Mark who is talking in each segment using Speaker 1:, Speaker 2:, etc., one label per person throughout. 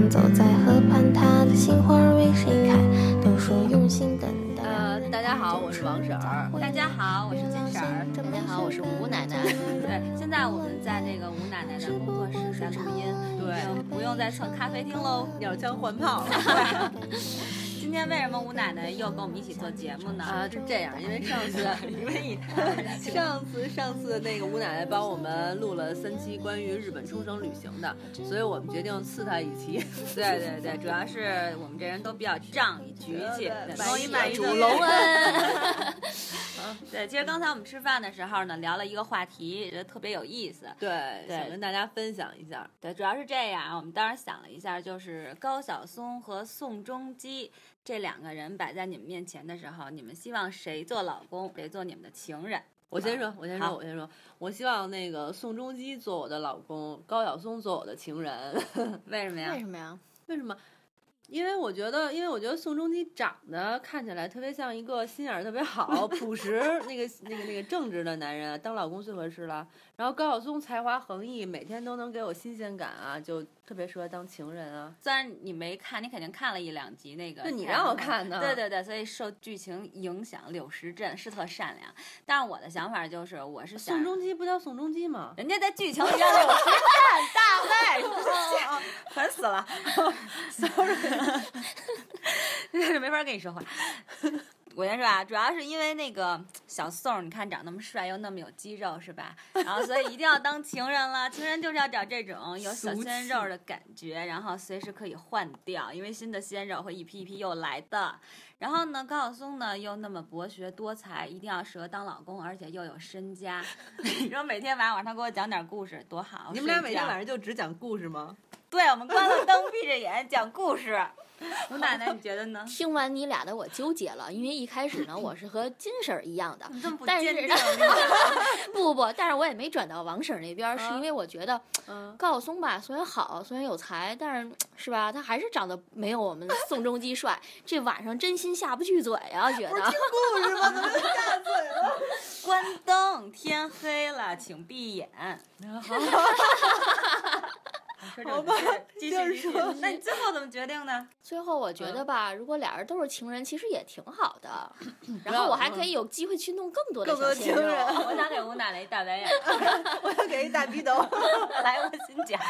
Speaker 1: 呃
Speaker 2: 嗯
Speaker 3: 呃
Speaker 2: 那个吴奶奶的工作室在录音，
Speaker 1: 对
Speaker 2: 已经不用再蹭咖啡厅喽。
Speaker 1: 鸟枪换炮。
Speaker 2: 今天为什么吴奶奶又跟我们一起做节目呢？
Speaker 1: 啊，是这样，因为上次， 因为你上次上次那个吴奶奶帮我们录了三期关于日本冲绳旅行的，所以我们决定赐她一 期。
Speaker 2: 对对对，主要是我们这人都比较仗义局气，容易满意
Speaker 1: 主隆恩。
Speaker 2: 对，其实刚才我们吃饭的时候呢，聊了一个话题，觉得特别有意思。
Speaker 1: 对，
Speaker 2: 对
Speaker 1: 想跟大家分享一下。
Speaker 2: 对，主要是这样啊。我们当时想了一下，就是高晓松和宋仲基这两个人摆在你们面前的时候，你们希望谁做老公，谁做你们的情人？
Speaker 1: 我先说，我先说，
Speaker 2: 好
Speaker 1: 我先说，我希望那个宋仲基做我的老公，高晓松做我的情人。
Speaker 2: 为什么呀
Speaker 3: 为？什么呀？
Speaker 1: 为什么？因为我觉得，因为我觉得宋仲基长得看起来特别像一个心眼儿特别好、朴实、 那个那个那个正直的男人，啊当老公最合适了。然后高晓松才华横溢，每天都能给我新鲜感啊，就特别适合当情人啊。
Speaker 2: 虽然你没看，你肯定看了一两集那个。
Speaker 1: 那你让我看呢
Speaker 2: 对对对，所以受剧情影响，柳时镇是特善良。但是我的想法就是，我是想
Speaker 1: 宋仲基不叫宋仲基吗？
Speaker 2: 人家在剧情里叫 柳时镇大卫，烦死了 ，sorry，没法跟你说话。我先说啊，主要是因为那个小宋，你看长那么帅又那么有肌肉，是吧？然后所以一定要当情人了， 情人就是要找这种有小
Speaker 1: 俗气
Speaker 2: 鲜肉的感觉，然后随时可以换掉，因为新的鲜肉会一批一批又来的。然后呢，高晓松呢又那么博学多才，一定要适合当老公，而且又有身 家。你说每天晚上晚上给我讲点故事多好？
Speaker 1: 你们俩每天晚
Speaker 2: 上
Speaker 1: 上就只讲故事吗？
Speaker 2: 对我们关了灯，闭着眼讲故 事。吴奶奶，你觉得呢？
Speaker 3: 听完你俩的我纠结了，因为一 开始呢，我是和金婶儿一样的，
Speaker 2: 你这么不
Speaker 3: 但
Speaker 2: 坚
Speaker 3: 是
Speaker 2: 定？
Speaker 3: 不不，但是我也没转到王婶儿那边儿，是因为我觉得
Speaker 1: 啊嗯，
Speaker 3: 高晓松吧，虽然好，虽然有才，但是是吧，他还是长得没有我 们宋仲基帅。这晚上真心下不去嘴呀，觉得。
Speaker 1: 故事吗？怎么下嘴了？
Speaker 2: 关灯，天黑了，请闭眼。啊 好，
Speaker 1: 好吧
Speaker 2: 继
Speaker 1: 就是
Speaker 2: 续继续
Speaker 1: 说。
Speaker 2: 那你最后怎么决定呢？
Speaker 3: 最后我
Speaker 1: 嗯
Speaker 3: 觉得吧，如果俩人都是情人，其实也挺好的。然
Speaker 1: 要
Speaker 3: 后我还
Speaker 1: 嗯
Speaker 3: 可以有机会去弄更多的
Speaker 1: 更多
Speaker 3: 小
Speaker 1: 的
Speaker 3: 鲜
Speaker 1: 情
Speaker 3: 肉
Speaker 1: 人
Speaker 2: 我想给吴奶奶一大白眼，
Speaker 1: 我要给一大逼斗。
Speaker 2: 来，我心 讲，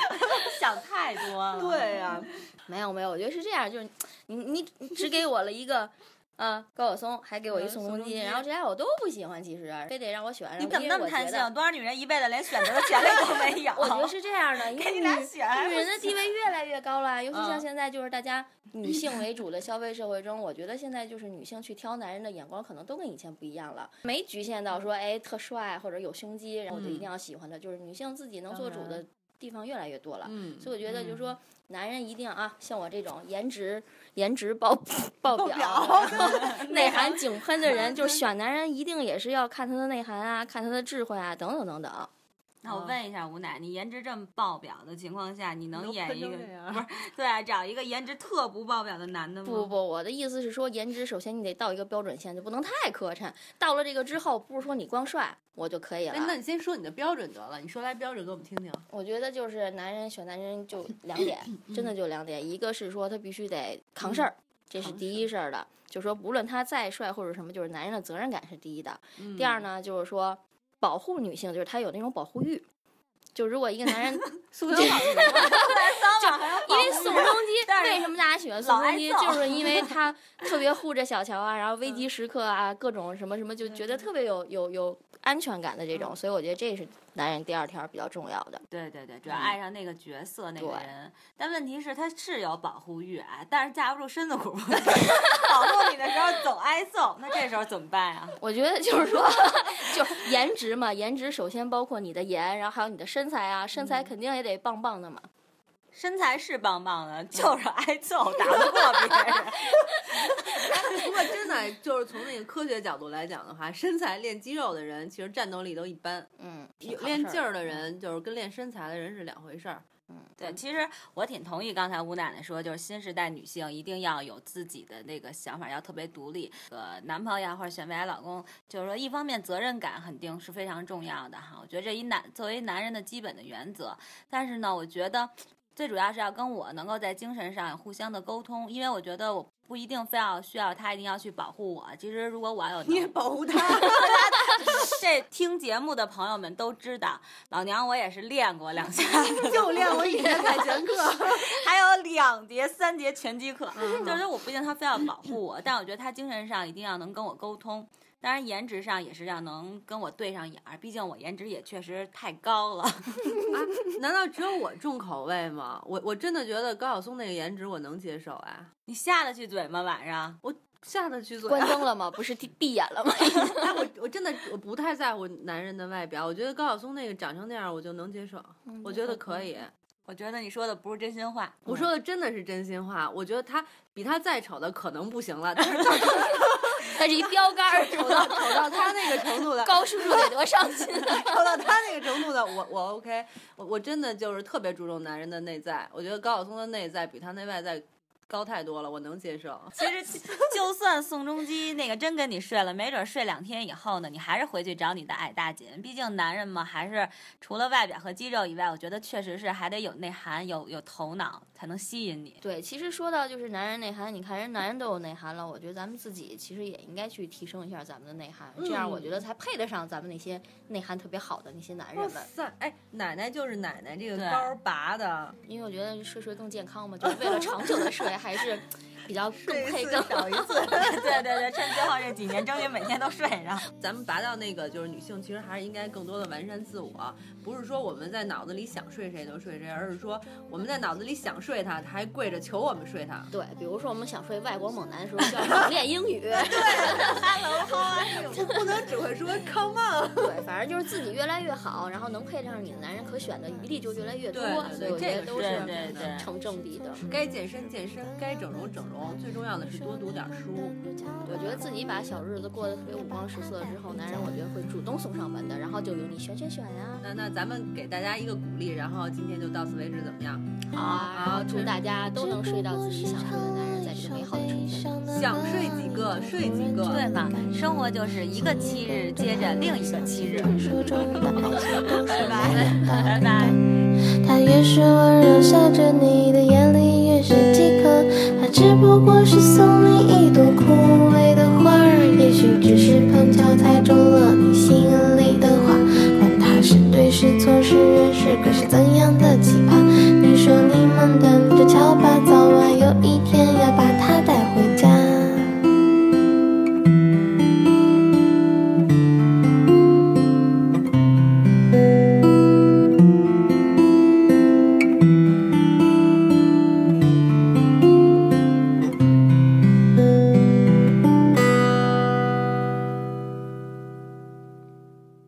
Speaker 2: 想太多 了。
Speaker 1: 对呀、
Speaker 3: 没有没有，我觉得是这样，就是你你 你只给我了一个，呃，高晓松，还给我一
Speaker 1: 嗯
Speaker 3: 宋
Speaker 1: 宋
Speaker 3: 仲
Speaker 1: 仲
Speaker 3: 基，
Speaker 1: 基
Speaker 3: 然后这俩我都不喜欢，其实非得让我选，
Speaker 2: 你怎么那么贪心？啊
Speaker 3: 因为
Speaker 2: 有多少女人一辈子连选择的权利都没 有？
Speaker 3: 我觉得我觉得是这样的，因
Speaker 2: 给
Speaker 3: 为
Speaker 2: 你
Speaker 3: 女
Speaker 2: 俩 选，
Speaker 3: 女人的地位越来越高了，尤其像
Speaker 1: 嗯
Speaker 3: 现在就是大家 女性为主的消费社会中，我觉得现在就是女性去挑男人的眼光可能都跟以前不一样了，没局限到说哎特帅或者有胸肌，然后我就一
Speaker 2: 嗯
Speaker 3: 定要喜欢他，就是女性自己能做主
Speaker 1: 当
Speaker 3: 的地方越来越多了。
Speaker 1: 嗯，
Speaker 3: 所以我觉得就是说，男人一定啊，像我这种颜值颜值爆爆表、 内涵井喷的人，就是选男人一定也是要看他的内涵啊，看他的智慧啊，等等等等。
Speaker 2: 那我问一下吴奶，你颜值这么爆表的情况下，你能演一
Speaker 1: 你都
Speaker 2: 个
Speaker 1: 喷成这样
Speaker 2: 不是？对啊，找一个颜值特不爆表的男
Speaker 1: 嗯
Speaker 2: 的吗？
Speaker 3: 不 不不，我的意思是说，颜值首先你得到一个标准线，就不能太磕碜。到了这个之后，不是说你光帅我就可以了
Speaker 1: 哎。那你先说你的标准得了，你说来标准给我们听听。
Speaker 3: 我觉得就是男人选男人 就两点，真
Speaker 2: 嗯
Speaker 3: 的就两点，一个是说他必须得扛事儿。这是
Speaker 1: 扛
Speaker 3: 第一事儿的，就说无论他再帅或者什么，就是男人的责任感是第一的。
Speaker 1: 嗯
Speaker 3: 第二，呢，就是说保护女性，就是他有那种保护欲。就如果一个 男人，
Speaker 1: 素颜老师
Speaker 3: 因为宋仲基
Speaker 2: 但是
Speaker 3: 为什么大家喜欢宋
Speaker 2: 老挨
Speaker 3: 仲基，
Speaker 2: 揍 嗯
Speaker 3: 就是因为他特别护着小乔啊，然后危机时刻啊，各种什么什么，就觉得特别有有有安全感的这
Speaker 2: 嗯
Speaker 3: 种，所以我觉得这是男人第二条比较重要的。
Speaker 2: 对对对，主要爱上那个角色、那个
Speaker 3: 对
Speaker 2: 人，但问题是他是有保护欲啊，但是架不住身子骨 不行，保护你的时候总挨揍，那这时候怎么办啊呀、
Speaker 3: 我觉得就是说，就是颜值嘛，颜值首先包括你的颜，然后还有你的身材啊，身材肯定也得棒棒的嘛。
Speaker 2: 身材是棒棒的，就是挨 揍，打不过别人。
Speaker 1: 不过真的就是从那个科学角度来讲的话，身材练肌肉的人其实战斗力都一般，
Speaker 3: 嗯，挺
Speaker 1: 有
Speaker 3: 好
Speaker 1: 练
Speaker 3: 事儿
Speaker 1: 劲儿的，人就是跟练身材的人是两回事儿。
Speaker 2: 对，其实我挺同意刚才吴奶奶说，就是新时代女性一定要有自己的那个想法，要特别独立。呃，男朋友呀或者选未来老公，就是说一方面责任感肯定是非常重要的哈，我觉得这一男作为男人的基本的原则。但是呢，我觉得最主要是要跟我能够在精神上互相的沟通，因为我觉得我不一定非要需要他一定要去保护我。其实如果我要有能
Speaker 4: 你也保护 他，
Speaker 2: 这听节目的朋友们都知道，老娘我也是练过两下，
Speaker 4: 就练我以前的凯 旋课。
Speaker 2: 还有两节、三节拳击课。
Speaker 1: 嗯
Speaker 2: 就是说我不一定他非要保 护我，但我觉得他精神上一定要能跟我沟通。当然，颜值上也是要能跟我对上眼儿，毕竟我颜值也确实太高了。
Speaker 1: 难道只有我重口味吗？我我真的觉得高晓松那个颜值我能接受啊，
Speaker 2: 你下得去嘴吗？晚上？
Speaker 1: 下得去做。
Speaker 3: 关灯了吗？不是闭闭眼了吗？
Speaker 1: 哎，我我真的我不太在乎男人的外表，我觉得高晓松那个长成那样我就能接受，我觉得可以。
Speaker 2: 我觉得你说的不是真心话。
Speaker 1: 我说的真的是真心话，我觉得他比他再丑的可能不行了，但是 就
Speaker 3: 它是一标杆儿，是
Speaker 1: 丑
Speaker 3: 吧
Speaker 1: 到丑到他那个程度的，
Speaker 3: 高叔叔得多伤心啊！
Speaker 1: 丑 到他那个程度的，我我 OK，我我真的就是特别注重男人的内在，我觉得高晓松的内在比他那外在高太多了，我能接受。
Speaker 2: 其实其，就算宋仲基那个真跟你睡了，没准睡两天以后呢，你还是回去找你的矮大紧。毕竟男人嘛，还是除了外表和肌肉以外，我觉得确实是还得有内涵、有有头脑才能吸引你。
Speaker 3: 对，其实说到就是男人内涵，你看人男人都有内涵了，我觉得咱们自己其实也应该去提升一下咱们的内涵，这样我觉得才配得上咱们那些内涵特别好的那些男
Speaker 1: 哇
Speaker 3: 人们。
Speaker 1: 塞，哎，奶奶就是奶奶，这个
Speaker 2: 对
Speaker 1: 高儿拔的，
Speaker 3: 因为我觉得睡睡更健康嘛，就是为了长久的睡，还是比较更
Speaker 4: 这
Speaker 3: 配
Speaker 4: 一次
Speaker 3: 更
Speaker 4: 少一次，
Speaker 2: 对对对，趁最后这几年，争取每天都睡上。
Speaker 1: 咱们拔到那个就是女性，其实还是应该更多的完善自我，不是说我们在脑子里想睡谁就睡谁，而是说我们在脑子里想睡他，他还跪着求我们睡他。
Speaker 3: 对。比如说我们想睡外国猛男的时候，就要猛练英语。对
Speaker 1: 哎
Speaker 4: 不不能只会说 come on。
Speaker 3: 对，反正就是自己越来越好，然后能配得上你的男人可选的余地就越来越多
Speaker 1: 对，对
Speaker 3: 所以我觉
Speaker 1: 这
Speaker 3: 得
Speaker 1: 个
Speaker 3: 都
Speaker 1: 是
Speaker 3: 是
Speaker 2: 对对对
Speaker 3: 成正比的。
Speaker 1: 该健身健身，该整容整容，最重要的是多读点书。
Speaker 3: 我觉得自己把小日子过得特别五光十色之后，男人我觉得会主动送上门的，然后就有你选选选呀、
Speaker 1: 那那咱们给大家一个鼓励，然后今天就到此为止，怎么样？
Speaker 3: 好啊，然后祝大家都能睡到自己想睡的男人，在这个美好的春天。
Speaker 1: 想睡几个睡几个。
Speaker 2: 对嘛，生活就是一个七日接着另一个七日。
Speaker 5: 书中的爱情都是
Speaker 2: 拜拜。拜拜
Speaker 5: 它越是温柔，笑着你的眼里越是饥渴，它只不过是送你一